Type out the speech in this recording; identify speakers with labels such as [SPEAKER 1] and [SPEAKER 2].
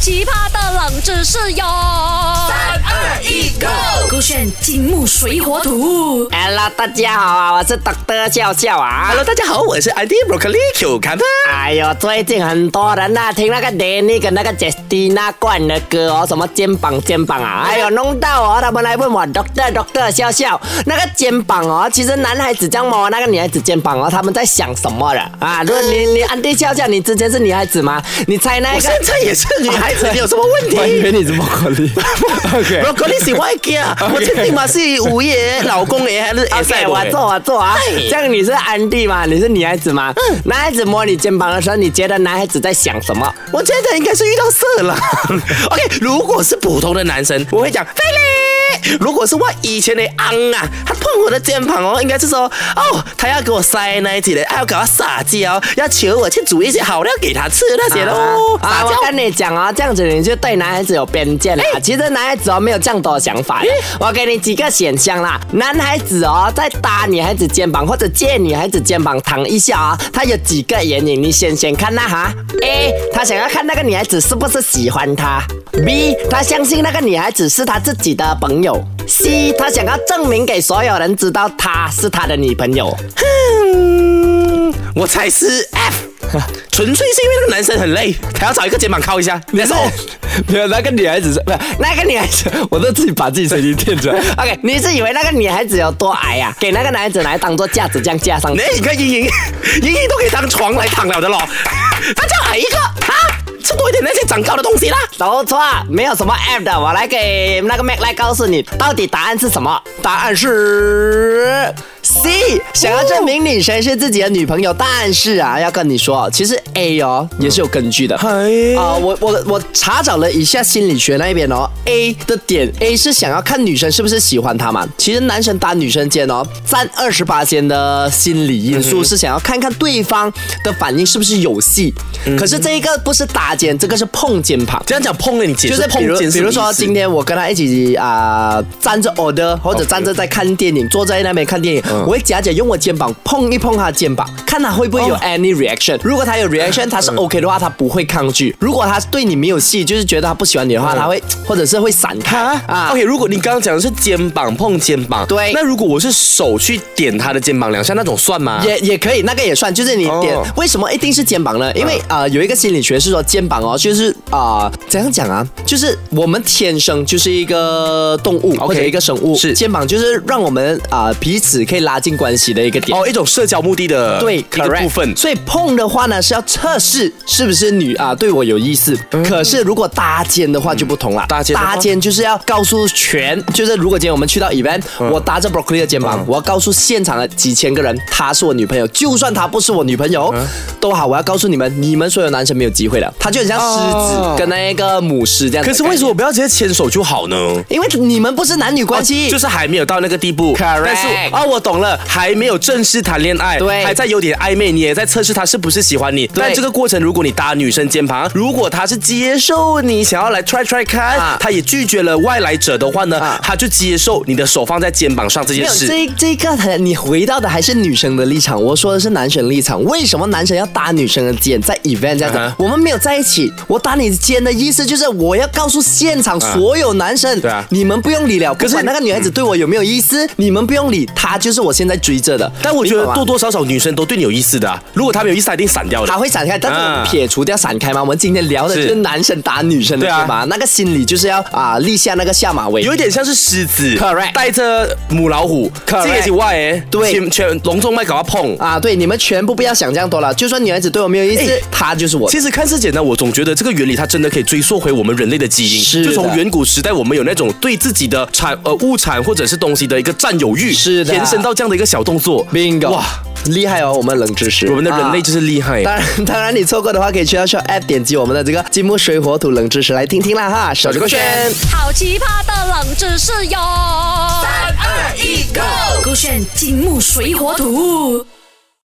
[SPEAKER 1] 奇葩的冷知识哟！三
[SPEAKER 2] 二一，Go！
[SPEAKER 1] 勾选金木水火土。
[SPEAKER 3] Hello，大家好啊，我是 Doctor 笑笑啊。
[SPEAKER 2] Hello，大家好，我是 ID Broccoli Q 坎特。
[SPEAKER 3] 哎呦，最近很多人呐、啊，听那个 Danny 跟那个 Justina 冠的歌哦，什么肩膀肩膀啊，哎呦，弄到哦，他们来问我 Doctor Doctor 笑笑，那个肩膀哦，其实男孩子这样摸那个女孩子肩膀哦，他们在想什么了啊？如果你你 ID 笑笑，你之前是女孩子吗？你猜那
[SPEAKER 2] 我
[SPEAKER 3] 个
[SPEAKER 2] 现在也是女孩子，你有什么问
[SPEAKER 4] 我以为
[SPEAKER 2] 题
[SPEAKER 4] 你是猫口 令。OK，
[SPEAKER 2] ？Broccoli 是外家，我确定吗？是吴爷老公爷还是
[SPEAKER 3] o
[SPEAKER 2] 也赛
[SPEAKER 3] k
[SPEAKER 2] 我
[SPEAKER 3] 哎我
[SPEAKER 2] 爷
[SPEAKER 3] 做我做啊。这样你是安迪吗？你是女孩子吗？男孩子摸你肩膀的时候，你觉得男孩子在想什么？
[SPEAKER 2] 我觉得应该是遇到色 狼。OK，如果是普通的男生，我会讲飞嘞。如果是我以前的昂啊，他碰我的肩膀哦，应该是说哦，他要给我塞那一些的，还要给我撒娇，要求我去煮一些好料给他吃那些的哦。
[SPEAKER 3] 啊，
[SPEAKER 2] 撒
[SPEAKER 3] 我
[SPEAKER 2] 娇
[SPEAKER 3] 跟你讲啊，这样子你就对男孩子有偏见了。其实男孩子哦没有这样多的想法的。我给你几个选项啦，男孩子哦在搭女孩子肩膀或者借女孩子肩膀躺一下啊、他有几个原因，你选选看啦哈。A，他
[SPEAKER 1] 哎
[SPEAKER 3] 想要看那个女孩子是不是喜欢他；B，他相信那个女孩子是他自己的朋友；C，他想要证明给所有人知道她是他的女朋友。
[SPEAKER 2] 嗯 我才是 F。纯 粹是因为那个男生很累，他要找一个肩膀靠一下。你 说，
[SPEAKER 4] 没有那个女孩子是，不是
[SPEAKER 3] 那个女孩子。
[SPEAKER 4] 我都自己把自己声音垫出来。
[SPEAKER 3] OK，你是以为那个女孩子有多矮呀、给那个男孩子来当做架子这样架上去？
[SPEAKER 2] 那 你看莹莹，莹莹都可以当床来躺了的咯。他叫矮一个啊，吃多一点那些长高的东西啦。
[SPEAKER 3] 都错，啊没有什么 app 的。我来给那个 Mac 来告诉你，到底答案是什么？答案是 C。想要证明女神是自己的女朋友，但是啊，要跟你说，其实 A 哦也是有根据的。啊、
[SPEAKER 2] 哎
[SPEAKER 3] 我我我查找了一下心理学那边哦，A 的点 A 是想要看女生是不是喜欢他嘛。其实男生搭女生间哦，占二十八间的心理因素是想要看看对方的反应是不是有戏。可是这一个不是搭肩，这个是碰肩膀。
[SPEAKER 2] 这样讲碰了你姐
[SPEAKER 3] 就是比如，比如说今天我跟他一起啊、站着 order，或者站着在看电影，坐在那边看电影，我会假假用我肩膀碰一碰他肩膀，看他会不会有 any reaction。如果他有 reaction，他是 OK 的话，他不会抗拒；如果他对你没有戏，就是觉得他不喜欢你的话，他会或者是会闪开
[SPEAKER 2] 啊
[SPEAKER 3] 啊。
[SPEAKER 2] ，OK，如果你刚刚讲的是肩膀碰肩膀，
[SPEAKER 3] 对
[SPEAKER 2] 那如果我是手去点他的肩膀两下，那种算吗？
[SPEAKER 3] 也也可以，那个也算，就是你点、
[SPEAKER 2] 哦嗯
[SPEAKER 3] 为什么一定是肩膀呢？因为啊、呃有一个心理学是说肩膀哦，就是啊、呃怎样讲啊？就是我们天生就是一个动物
[SPEAKER 2] OK
[SPEAKER 3] 或者一个生物，
[SPEAKER 2] 是
[SPEAKER 3] 肩膀就是让我们啊、呃彼此可以拉近关系的一个点。
[SPEAKER 2] 哦，一种社交目的的
[SPEAKER 3] 对，
[SPEAKER 2] 呃一个
[SPEAKER 3] correct
[SPEAKER 2] 部分。
[SPEAKER 3] 所以碰的话呢，是要测试是不是女啊对我有意思。可是如果搭肩的话就不同了，
[SPEAKER 2] 嗯搭肩的话
[SPEAKER 3] 搭肩就是要告诉全，就是如果今天我们去到 event，、我
[SPEAKER 2] 嗯
[SPEAKER 3] 搭着 broccoli 的肩膀，我要告诉现场的几千个人，她是我女朋友，就算她不是我女朋友、
[SPEAKER 2] 嗯
[SPEAKER 3] 都好，我要告诉你们，你们所有男生没有机会了。她就很像狮子、
[SPEAKER 2] 哦
[SPEAKER 3] 跟那个母狮这样。
[SPEAKER 2] 可是为什么？我不要直接牵手就好呢？哦
[SPEAKER 3] 因为你们不是男女关系，
[SPEAKER 2] 就是还没有到那个地步
[SPEAKER 3] Correct
[SPEAKER 2] 但是哦，我懂了，还没有正式谈恋爱，
[SPEAKER 3] 对
[SPEAKER 2] 还在有点暧昧，你也在测试他是不是喜欢你。但这个过程，如果你搭女生肩膀，如果她是接受你想要来 try try 看，
[SPEAKER 3] 啊
[SPEAKER 2] 她也拒绝了外来者的话呢，
[SPEAKER 3] 啊
[SPEAKER 2] 她就接受你的手放在肩膀上这
[SPEAKER 3] 没
[SPEAKER 2] 件
[SPEAKER 3] 有，
[SPEAKER 2] 事。
[SPEAKER 3] 这这个很你回到的还是女生的立场，我说的是男生立场。为什么男生要搭女生的肩在 event 这样子
[SPEAKER 2] 嗯哼
[SPEAKER 3] 我们没有在一起，我搭你肩的意思就是我要告诉现场所有男生，
[SPEAKER 2] 啊对啊
[SPEAKER 3] 你们不用理了。可
[SPEAKER 2] 是
[SPEAKER 3] 是那个女孩子对我有没有意思，你们不用理，她就是我现在追着的。
[SPEAKER 2] 但我觉
[SPEAKER 3] 明
[SPEAKER 2] 得
[SPEAKER 3] 白吗
[SPEAKER 2] 多多少少女生都对你有意思的啊、如果她没有意思，她一定闪掉的
[SPEAKER 3] 他。会闪开，但是我们
[SPEAKER 2] 啊
[SPEAKER 3] 撇除掉闪开嘛。我们今天聊的
[SPEAKER 2] 是
[SPEAKER 3] 就是男生打女生的
[SPEAKER 2] 对
[SPEAKER 3] 对
[SPEAKER 2] 啊
[SPEAKER 3] 吧？那个心理就是要啊立下那个下马威。
[SPEAKER 2] 有一点像是狮子
[SPEAKER 3] Correct
[SPEAKER 2] 带着母老虎，
[SPEAKER 3] Correct
[SPEAKER 2] 这个是外诶，
[SPEAKER 3] 对
[SPEAKER 2] 全全隆重麦搞要碰。
[SPEAKER 3] 啊，对，你们全部不要想这样多了。就算女孩子对我没有意思
[SPEAKER 2] 哎，
[SPEAKER 3] 她就是我的。
[SPEAKER 2] 其实看似简单，我总觉得这个原理它真的可以追溯回我们人类的基因，
[SPEAKER 3] 是的
[SPEAKER 2] 就从远古时代我们有那种对自己的产呃物产或者是东西的一个占有欲，
[SPEAKER 3] 是的
[SPEAKER 2] 延伸到这样的一个小动作。
[SPEAKER 3] bingo，
[SPEAKER 2] 哇，
[SPEAKER 3] 厉害哦，我们冷知识，
[SPEAKER 2] 我们的人类就
[SPEAKER 3] 啊
[SPEAKER 2] 是厉害。
[SPEAKER 3] 当然， 当然，你错过的话，可以去到 s h o App 点击我们的这个金木水火土冷知识来听听啦哈。小
[SPEAKER 2] 这个圈
[SPEAKER 1] 好奇葩的冷知识哟！三二一，Go！勾选金木水火土。